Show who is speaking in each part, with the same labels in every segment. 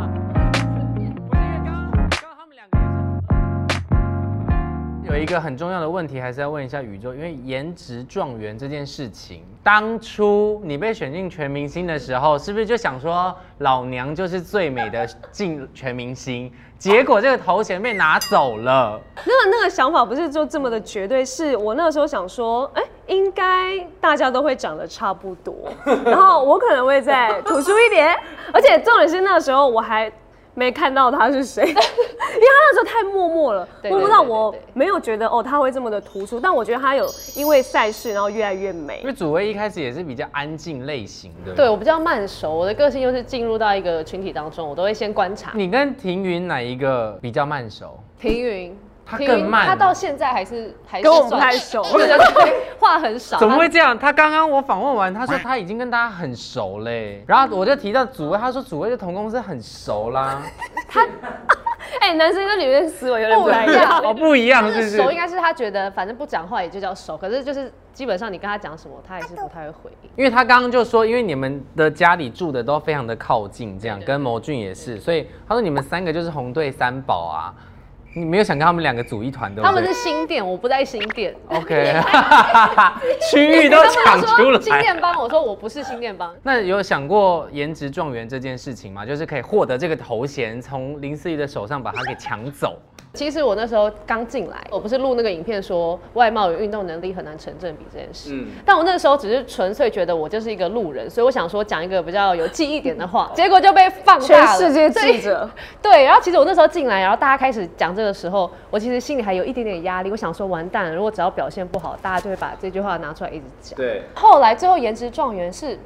Speaker 1: 不是，刚刚刚他们两个也是。
Speaker 2: 有一个很重要的问题，还是要问一下宇宙，因为颜值状元这件事情，当初你被选进全明星的时候，是不是就想说老娘就是最美的进全明星？结果这个头衔被拿走了，
Speaker 3: 那那个想法不是就这么的绝对，是我那个时候想说，哎、应该大家都会长得差不多，然后我可能会再突出一点，而且重点是那个时候我还没看到他是谁，因为 他那时候太默默了，
Speaker 4: 对对
Speaker 3: 默默到
Speaker 4: 对对
Speaker 3: 我
Speaker 4: 对对
Speaker 3: 没有觉得哦他会这么的突出，但我觉得他有因为赛事然后越来越美
Speaker 2: 因为，祖薇一开始也是比较安静类型的。
Speaker 4: 对，我比较慢熟，我的个性又是进入到一个群体当中，我都会先观 察。
Speaker 2: 你跟庭云哪一个比较慢熟？
Speaker 4: 庭云，
Speaker 2: 他
Speaker 4: 庭云
Speaker 2: 更慢
Speaker 4: 他到现在还是还是
Speaker 3: 跟我不
Speaker 4: 算
Speaker 3: 太熟
Speaker 4: 对对对，话很少。
Speaker 2: 怎么会这样？他刚刚我访问完，他说他已经跟大家很熟嘞，然后我就提到祖薇，他说祖薇就同公司很熟啦，
Speaker 3: 哎、男生跟女 生思维有点不太一
Speaker 4: 不一
Speaker 3: 样
Speaker 4: 样。
Speaker 2: 哦不一样
Speaker 4: 他
Speaker 2: 是不
Speaker 4: 的熟
Speaker 2: 是？
Speaker 4: 应该是他觉得反正不讲话也就叫熟，可是就是基本上你跟他讲什么，他还是不太会回应。
Speaker 2: 因为他刚刚就说，因为你们的家里住的都非常的靠近，这样跟牟俊也是，所以他说你们三个就是红队三宝啊，你没有想跟他们两个组一团对
Speaker 4: 他
Speaker 2: 不
Speaker 4: 们是
Speaker 2: 对
Speaker 4: 新店，我不在新店。
Speaker 2: ？OK，区域哦 都
Speaker 4: 他
Speaker 2: 抢
Speaker 4: 们
Speaker 2: 出
Speaker 4: 说新
Speaker 2: 来。
Speaker 4: 店帮，我说我不是新店帮。
Speaker 2: 那有想过颜值状元这件事情吗？就是可以获得这个头衔，从林思雨的手上把他给抢走。
Speaker 4: 其实我那时候刚进来，我不是录那个影片说外貌与运动能力很难成正比这件事。
Speaker 2: 嗯
Speaker 4: 但我那时候只是纯粹觉得我就是一个路人，所以我想说讲一个比较有记忆点 的话，结果就被放
Speaker 3: 全
Speaker 4: 大了。
Speaker 3: 世界记
Speaker 4: 对
Speaker 3: 者，
Speaker 4: 对，然后其实我那时候进来，然后大家开始讲这个时候，我其实心里还有一点点压力。我想说，完蛋了，如果只要表现不好，大家就会把这句话拿出来一直讲。
Speaker 2: 对，
Speaker 4: 后来最后颜值状元是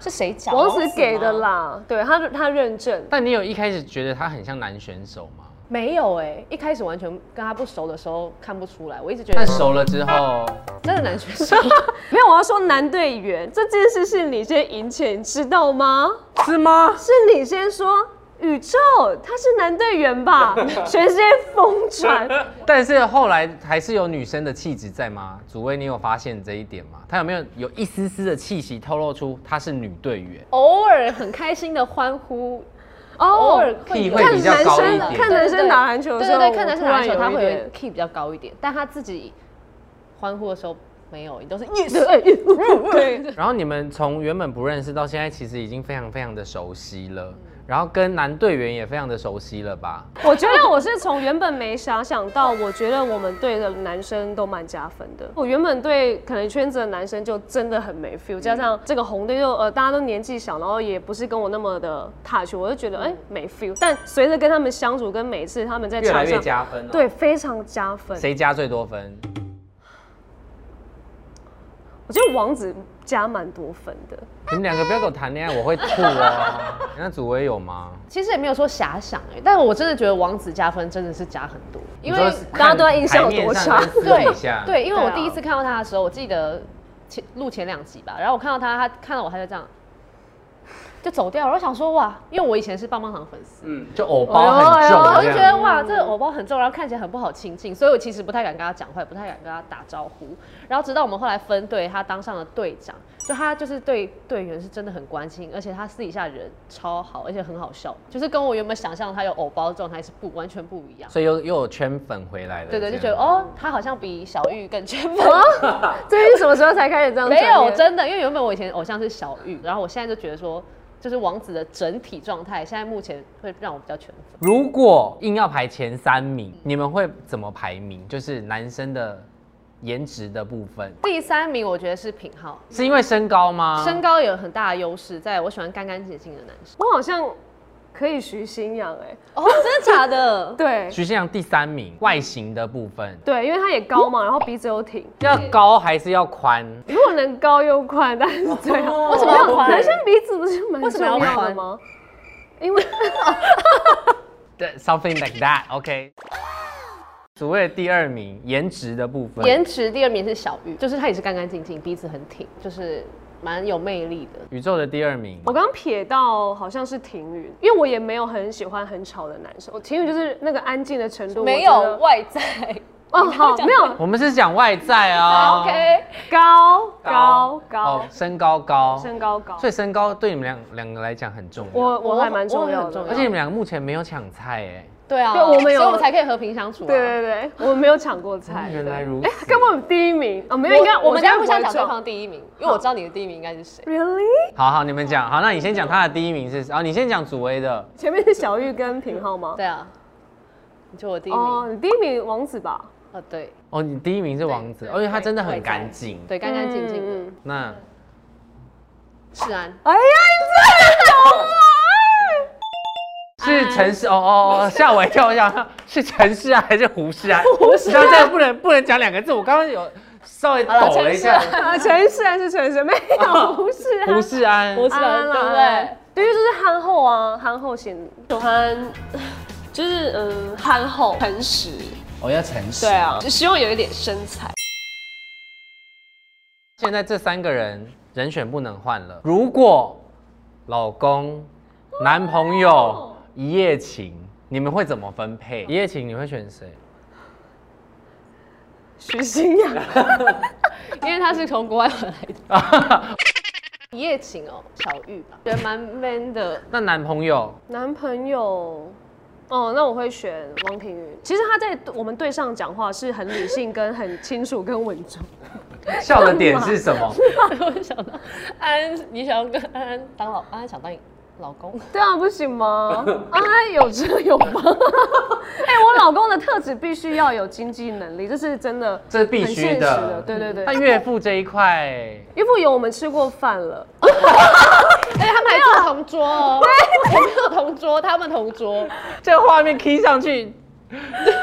Speaker 4: 是谁讲？
Speaker 3: 王子给的
Speaker 4: 吗。
Speaker 3: 啦，对他他认证，
Speaker 2: 但你有一开始觉得他很像男选手吗？
Speaker 4: 没有哎、一开始完全跟他不熟的时候看不出来，我一直 觉得
Speaker 2: 但熟了之后，
Speaker 4: 真的男学生。
Speaker 3: 没有，我要说男队员这件事是你先引起，你知道吗？
Speaker 2: 是吗？
Speaker 3: 是你先说宇宙他是男队员 吧？全世界疯传，
Speaker 2: 但是后来还是有女生的气质在吗？祖薇，你有发现这一点吗？她有没有有一丝丝的气息透露出她是女队员？
Speaker 4: 偶尔很开心的欢呼，偶
Speaker 3: 哦，
Speaker 4: 尔
Speaker 2: 屁
Speaker 4: 有
Speaker 2: 会比较高一点
Speaker 3: 看男生打篮球的
Speaker 4: 对
Speaker 3: 时候
Speaker 4: 对对，看男生打篮球
Speaker 3: 我突
Speaker 4: 他
Speaker 3: 然有一
Speaker 4: 会有一
Speaker 3: 点
Speaker 4: key 比较高一点，但他自己欢呼的时候没有，你都是
Speaker 3: 哎 对，
Speaker 2: 然后你们从原本不认识到现在，其实已经非常非常的熟悉了，然后跟男队员也非常的熟悉了吧？
Speaker 3: 我觉得我是从原本没遐想到，我觉得我们队的男生都蛮加分的。我原本对可能圈子的男生就真的很没
Speaker 4: 嗯
Speaker 3: feel，加上这个红队又呃大家都年纪小，然后也不是跟我那么的 touch，我就觉得哎、没 feel。但随着跟他们相处，跟每一次他们在
Speaker 2: 越来
Speaker 3: 场
Speaker 2: 越
Speaker 3: 上，
Speaker 2: 加分了。，哦
Speaker 3: 对，非常加分。
Speaker 2: 谁加最多分？
Speaker 3: 我觉得王子加蛮多分的，
Speaker 2: 你们两个不要给我谈恋爱，我会吐 哦。那祖薇有吗？
Speaker 4: 其实也没有说遐想哎、但我真的觉得王子加分真的是加很多，因为
Speaker 2: 你说
Speaker 3: 大家都在印象有
Speaker 2: 台面
Speaker 3: 多
Speaker 2: 上
Speaker 3: 差
Speaker 2: 跟私
Speaker 4: 对
Speaker 2: 底下
Speaker 4: 对，因为我
Speaker 3: 对啊
Speaker 4: 第一次看到他的时候，我记得前录前两集吧，然后我看到他，他看到我，他就这样。就走掉了，我想说哇，因为我以前是棒棒糖粉丝，
Speaker 2: 嗯，就偶包很
Speaker 3: 哎呦
Speaker 2: 重
Speaker 3: 哎呦
Speaker 4: 我
Speaker 2: 这
Speaker 4: 哦
Speaker 2: 样
Speaker 4: 就觉得哇，这个偶包很重，然后看起来很不好亲近，所以我其实不太敢跟他讲话，也不太敢跟他打招呼。然后直到我们后来分队，他当上了队长，就他就是对队员是真的很关心，而且他私底下人超好，而且很好笑，就是跟我原本想象他有偶包的状态是不完全不一样。
Speaker 2: 所以又又有圈粉回来了。
Speaker 4: 对对，就觉
Speaker 2: 这样
Speaker 4: 得哦，他好像比小玉更圈粉。
Speaker 3: 这是什么时候才开始这样？
Speaker 4: 没有，真的，因为原本我以前偶像是小玉，然后我现在就觉得说，就是王子的整体状态，现在目前会让我比较全粉。
Speaker 2: 如果硬要排前三名，你们会怎么排名？就是男生的颜值的部分，
Speaker 4: 第三名我觉得是品浩，
Speaker 2: 是因为身高吗？
Speaker 4: 身高有很大的优势，在我喜欢干干净净的男生。
Speaker 3: 我好像可以徐新阳哎，
Speaker 4: 哦，真的假 的？
Speaker 3: 对
Speaker 2: 徐新阳第三名，外形的部分
Speaker 3: 对，因为他也高嘛，然后鼻子又挺，
Speaker 2: 要高还是要宽？
Speaker 3: 如果能高又宽，但是最好。
Speaker 4: 为什么要宽
Speaker 3: 男生鼻子不是蛮
Speaker 4: 为什么要
Speaker 3: 重要的
Speaker 4: 宽
Speaker 3: 吗？因为
Speaker 2: 对，something like that。OK。所谓第二名，颜值的部分。
Speaker 4: 颜值第二名是小玉，就是他也是干干净净，鼻子很挺，就是蛮有魅力的。
Speaker 2: 宇宙的第二名
Speaker 3: 我，刚撇到好像是庭云，因为我也没有很喜欢很吵的男生，我庭云就是那个安静的程度，我觉得
Speaker 4: 外在，
Speaker 3: 哦，好，没有
Speaker 2: 我们是讲外在 啊、
Speaker 4: OK，
Speaker 3: 高高高
Speaker 2: 哦，，身高高，
Speaker 3: 身高高，
Speaker 2: 所以身高对你们两两个来讲很重要。
Speaker 3: 我我还蛮重
Speaker 4: 我
Speaker 3: 要
Speaker 4: 很重
Speaker 3: 的
Speaker 4: 要，
Speaker 2: 而且你们两个目前没有抢菜哎、
Speaker 4: 对啊，
Speaker 3: 对我们有
Speaker 4: 所以我们才可以和平相处、啊。
Speaker 3: 对对对， 我没有抢过菜，
Speaker 2: 原来如
Speaker 3: 哎，
Speaker 2: 此。
Speaker 3: 根本第一名啊，没
Speaker 4: 我，
Speaker 3: 有，应该
Speaker 4: 我
Speaker 3: 应
Speaker 4: 们
Speaker 3: 该
Speaker 4: 家互相
Speaker 3: 不
Speaker 4: 讲
Speaker 3: 会
Speaker 4: 对
Speaker 3: 撞
Speaker 4: 方第一名，因为我知道你的第一名应该是谁。
Speaker 3: Really？
Speaker 2: 好好，你们讲。好，那你先讲他的第一名是，啊，你先讲祖威的。
Speaker 3: 前面是小玉跟平浩吗？
Speaker 4: 对啊，你就我第一名。
Speaker 3: 哦，你第一名王子吧？
Speaker 4: 哦，对，
Speaker 2: 哦，你第一名是王子，
Speaker 4: 对
Speaker 2: 而且他真的
Speaker 4: 外
Speaker 2: 很
Speaker 4: 在
Speaker 2: 干净。
Speaker 4: 对，干干净净的。
Speaker 3: 嗯。嗯
Speaker 2: 那
Speaker 4: 是安，
Speaker 3: 哎呀，啊你
Speaker 2: 是陈市哦哦哦，吓我一跳，我想 是陈市安还是胡啊适安？
Speaker 3: 胡适安
Speaker 2: 这样不能不能讲两个字，我刚刚有稍微
Speaker 4: 好了
Speaker 2: 抖了一
Speaker 4: 陈
Speaker 2: 下哦
Speaker 4: 世。
Speaker 3: 真的啊！陈世安是陈世安，没有，不是啊，
Speaker 2: 胡适安，
Speaker 4: 我是安，对不对？？
Speaker 3: 对，就是憨厚啊，憨厚型，喜欢，就是嗯，憨厚，诚实，
Speaker 5: 我要诚实。
Speaker 3: 对啊，就希望有一点身材。
Speaker 2: 现在这三个人人选不能换了。如果老公、男朋友一夜情，你们会怎么分配？一夜情你会选谁？
Speaker 3: 徐新阳，
Speaker 4: 因为他是从国外回来的。一夜情哦，小玉吧，觉得蛮 man 的。
Speaker 2: 那男朋友
Speaker 3: 男朋友。哦，那我会选王庭云。其实他在我们队上讲话是很理性、跟很清楚、跟稳 重。
Speaker 2: 笑的点是什么？
Speaker 4: 我想到安，你想要跟安安当老，安安想当你老 公。
Speaker 3: 对啊，不 行吗？啊，有这有吗？哎、我老公的特质必须要有经济能力，这是真的，
Speaker 2: 这是必
Speaker 3: 很
Speaker 2: 须
Speaker 3: 现实
Speaker 2: 的。
Speaker 3: 的。对对对
Speaker 2: 那。岳父这一块，
Speaker 3: 岳父有我们吃过饭了，
Speaker 4: 而且哎他们还坐同桌哦，我没有同桌，他们同桌。
Speaker 2: 这个画面 K 上去，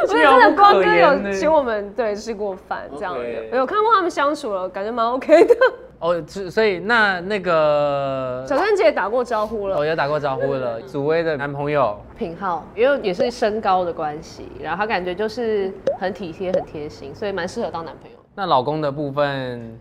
Speaker 3: 所以
Speaker 2: 妙
Speaker 3: 真的
Speaker 2: 不
Speaker 3: 光
Speaker 2: 可
Speaker 3: 哥
Speaker 2: 言
Speaker 3: 有
Speaker 2: 呢
Speaker 3: 请我们对吃过饭这样的
Speaker 5: OK
Speaker 3: 我有看过他们相处了，感觉蛮 OK 的。
Speaker 2: 哦，是所以那那个
Speaker 3: 小三姐也打过招呼
Speaker 2: 我
Speaker 3: 了，
Speaker 2: 有打过招呼了，祖威的男朋友，
Speaker 4: 品浩，因为也是身高的关系，然后他感觉就是很体贴、很贴心，所以蛮适合当男朋友。
Speaker 2: 那老公的部分，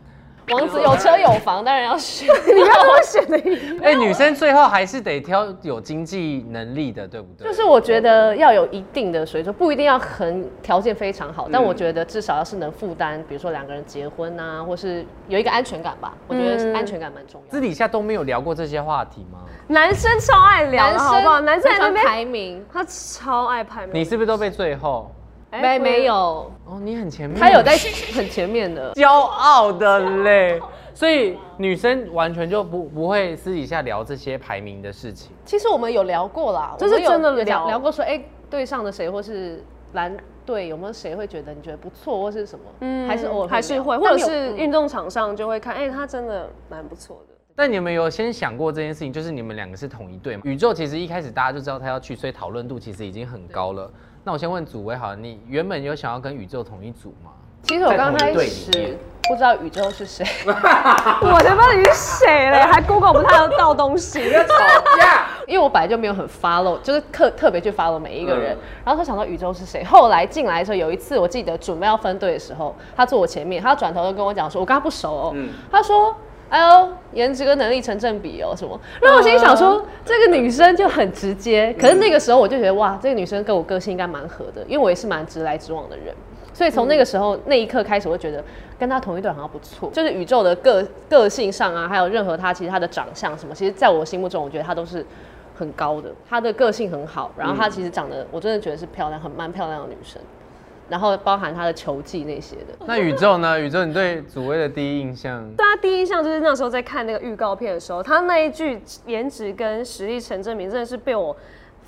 Speaker 4: 王子有车有房，当然要 选。
Speaker 3: 你看我选的一样，
Speaker 2: 哎，女生最后还是得挑有经济能力的，对不对？
Speaker 4: 就是我觉得要有一定的水准，不一定要很条件非常好，但我觉得至少要是能负担，比如说两个人结婚啊，或是有一个安全感吧。我觉得安全感蛮重要的。
Speaker 2: 私底下都没有聊过这些话题吗？
Speaker 3: 男生超爱聊的，好不好？男生在那
Speaker 4: 穿
Speaker 3: 边，
Speaker 4: 排名，
Speaker 3: 他超爱排名。
Speaker 2: 你是不是都被最后？
Speaker 3: 哎
Speaker 4: 没没？有，
Speaker 2: 哦，你很前面，
Speaker 4: 他有在很前面的。
Speaker 2: 骄傲的嘞，所以女生完全就不不会私底下聊这些排名的事情。
Speaker 4: 其实我们有聊过啦，
Speaker 3: 这是
Speaker 4: 我们有
Speaker 3: 真的
Speaker 4: 有
Speaker 3: 聊
Speaker 4: 聊过说，哎、对上的谁或是蓝队有没有谁会觉得你觉得不错或是什么？嗯，还是偶尔
Speaker 3: 还是
Speaker 4: 聊
Speaker 3: 会，或
Speaker 4: 但
Speaker 3: 者
Speaker 4: 没有
Speaker 3: 是
Speaker 4: 嗯
Speaker 3: 运动场上就会看，哎、他真的蛮不错的。
Speaker 2: 那你们有先想过这件事情，就是你们两个是同一队吗？宇宙其实一开始大家就知道他要去，所以讨论度其实已经很高了。那我先问祖威好了，你原本有想要跟宇宙同一组吗？
Speaker 4: 其实我刚
Speaker 2: 在同
Speaker 4: 开
Speaker 2: 一队里面
Speaker 4: 始不知道宇宙是谁，
Speaker 3: 我才不知道你是谁 嘞，还 Google 不太到东西。
Speaker 4: 因为我本来就没有很 follow，就是特特别去 follow 每一个人，
Speaker 2: 嗯
Speaker 4: 然后他想到宇宙是谁。后来进来的时候，有一次我记得准备要分队的时候，他坐我前面，他转头就跟我讲说，我跟他不熟
Speaker 2: 嗯
Speaker 4: 哦，他说。哎呦，颜值跟能力成正比哦，什么？然后我心里想说，这个女生就很直接。可是那个时候我就觉得，哇，这个女生跟我个性应该蛮合的，因为我也是蛮直来直往的人。所以从那个时候、那一刻开始，我就觉得跟他同一队好像不错。就是宇宙的个个性上啊，还有任何他其实他的长相什么，其实在我心目中，我觉得他都是很高的。他的个性很好，然后他其实长得，我真的觉得是漂亮，很蛮漂亮的女生。然后包含她的球技那些的，
Speaker 2: 那宇宙呢？宇宙，你对祖威的第一印象？
Speaker 3: 大家第一印象就是那时候在看那个预告片的时候，他那一句颜值跟实力成正比，真的是被我。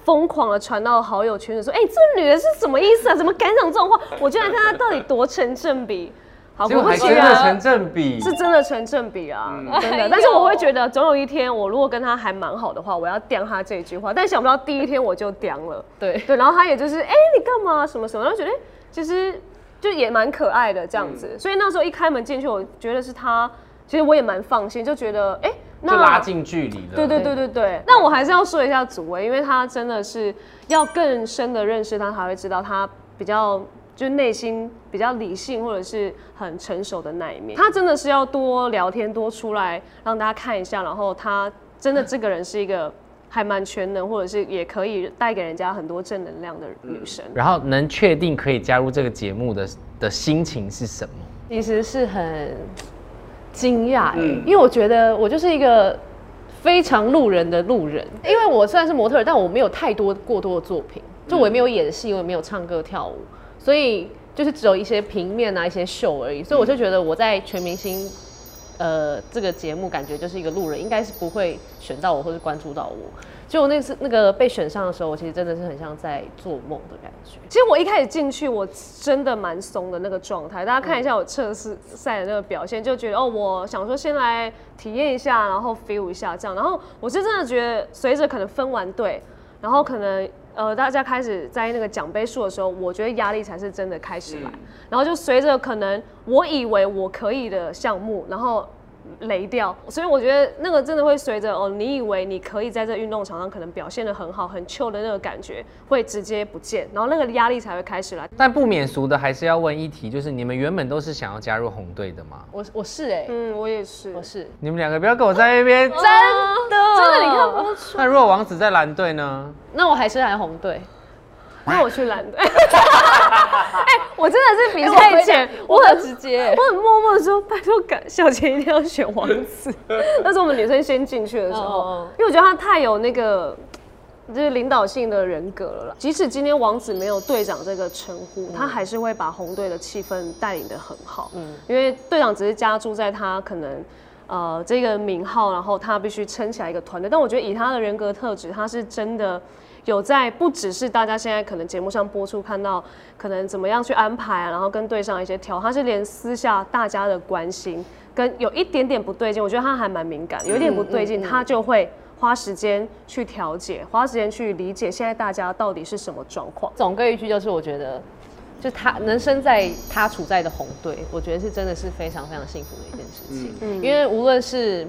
Speaker 3: 疯狂的传到好友群里说：“哎、这女的是什么意思啊？怎么敢讲这种话？我就来看她到底多成正比。”好，
Speaker 2: 结果
Speaker 3: 果
Speaker 2: 还
Speaker 3: 不其
Speaker 2: 真的
Speaker 3: 然，
Speaker 2: 成正比，
Speaker 3: 是真的成正比啊，真的。但是我会觉得，总有一天我如果跟他还蛮好的话，我要刁他这一句话。但想不到第一天我就刁了，
Speaker 4: 对
Speaker 3: 对。然后他也就是，哎、你干嘛什么什么，然后觉得、哎其实就也蛮可爱的这样子。所以那时候一开门进去，我觉得是他，其实我也蛮放心，就觉得哎、那
Speaker 2: 就拉近距离了。
Speaker 3: 对对对对对，那我还是要说一下祖威，因为他真的是要更深的认识他，才会知道他比较就是内心比较理性或者是很成熟的那一面。他真的是要多聊天，多出来让大家看一下，然后他真的这个人是一个还蛮全能，或者是也可以带给人家很多正能量的女生。
Speaker 2: 然后能确定可以加入这个节目的的心情是什么？
Speaker 4: 其实是很惊讶、欸，
Speaker 5: 嗯
Speaker 4: 因为我觉得我就是一个非常路人的路人，因为我虽然是模特儿，但我没有太多过多的作品，就我也没有演戏，我也没有唱歌跳舞，所以就是只有一些平面啊一些秀而已，所以我就觉得我在全明星。呃，这个节目感觉就是一个路人，应该是不会选到我或是关注到我。就那次那个被选上的时候，我其实真的是很像在做梦的感觉。
Speaker 3: 其实我一开始进去，我真的蛮松的那个状态。大家看一下我测试赛的那个表现，就觉得哦，我想说先来体验一下，然后 feel 一下这样。然后我是真的觉得，随着可能分完队，然后可能呃大家开始在那个奖杯数的时候，我觉得压力才是真的开始来。然后就随着可能我以为我可以的项目，然后雷掉。所以我觉得那个真的会随着哦，你以为你可以在这运动场上可能表现的很好、很 chill 的那个感觉，会直接不见，然后那个压力才会开始来。
Speaker 2: 但不免俗的还是要问一题，就是你们原本都是想要加入红队的吗？
Speaker 4: 我我是哎、
Speaker 3: 嗯，我也是
Speaker 4: 我是
Speaker 2: 你们两个不要跟我在那边争。
Speaker 3: 的真的，你看不，
Speaker 2: 那如果王子在蓝队呢？
Speaker 4: 那我还是来红队。
Speaker 3: 那我去懒 得。哎、哎我真的是比赛前，哎我很
Speaker 4: 直接
Speaker 3: 我很默默的说，拜托感小姐一定要选王子。 那是我们女生先进去的时
Speaker 4: 嗯嗯
Speaker 3: 候
Speaker 4: 嗯，
Speaker 3: 因为我觉得他太有那个就是领导性的人格了啦。即使今天王子没有队长这个称呼，
Speaker 4: 嗯
Speaker 3: 他还是会把红队的气氛带领的很好。嗯，因为队长只是加注在他可能。呃，这个名号，然后他必须撑起来一个团队。但我觉得以他的人格特质，他是真的有在不只是大家现在可能节目上播出看到，可能怎么样去安排啊，然后跟队上一些调，他是连私下大家的关心跟有一点点不对劲，我觉得他还蛮敏感，有一点不对劲，他就会花时间去调解，花时间去理解现在大家到底是什么状况。
Speaker 4: 总归一句就是，我觉得，就他能生在他处在的红队，我觉得是真的是非常非常幸福的一件事情。
Speaker 3: 嗯
Speaker 4: 因为无论是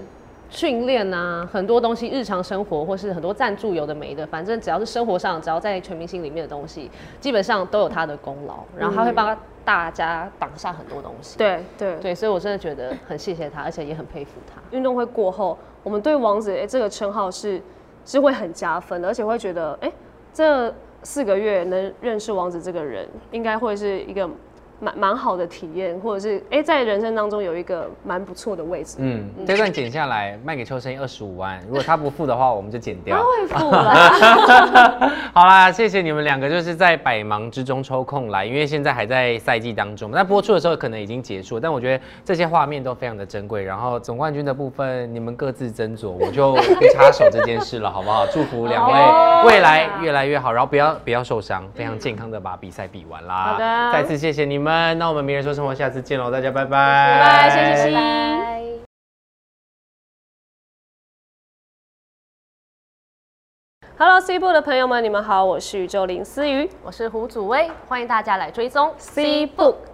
Speaker 4: 训练啊，很多东西，日常生活或是很多赞助有的没的，反正只要是生活上，只要在全明星里面的东西，基本上都有他的功劳，然后他会帮大家挡下很多东西。
Speaker 3: 对对
Speaker 4: 对，所以我真的觉得很谢谢他，而且也很佩服他。
Speaker 3: 运动会过后，我们对王子诶这个称号是是会很加分的，而且会觉得诶这四个月能认识王子这个人，应该会是一个蛮蛮好的体验，或者是诶在人生当中有一个蛮不错的位 置。
Speaker 2: 嗯，这段剪下来卖给邱生二十五万，如果他不付的 话，我们就剪掉。
Speaker 3: 会付 了，
Speaker 2: 好啦，谢谢你们两个，就是在百忙之中抽空来，因为现在还在赛季当中，那播出的时候可能已经结束，但我觉得这些画面都非常的珍贵。然后总冠军的部分，你们各自斟酌，我就不插手这件事了，好不好？祝福两
Speaker 3: 啊
Speaker 2: 位未来越来越好，然后不要不要受伤，非常健康的把比赛比完啦。
Speaker 3: 好的
Speaker 2: 再次谢谢你们，那我们名人说生活下次见喽，大家拜拜，
Speaker 3: 拜
Speaker 2: 拜
Speaker 3: 拜，谢谢欣怡。Hello C 部的朋友们，你们好，我是宇宙林思雨。
Speaker 4: 我是胡祖威，欢迎大家来追踪
Speaker 3: C Book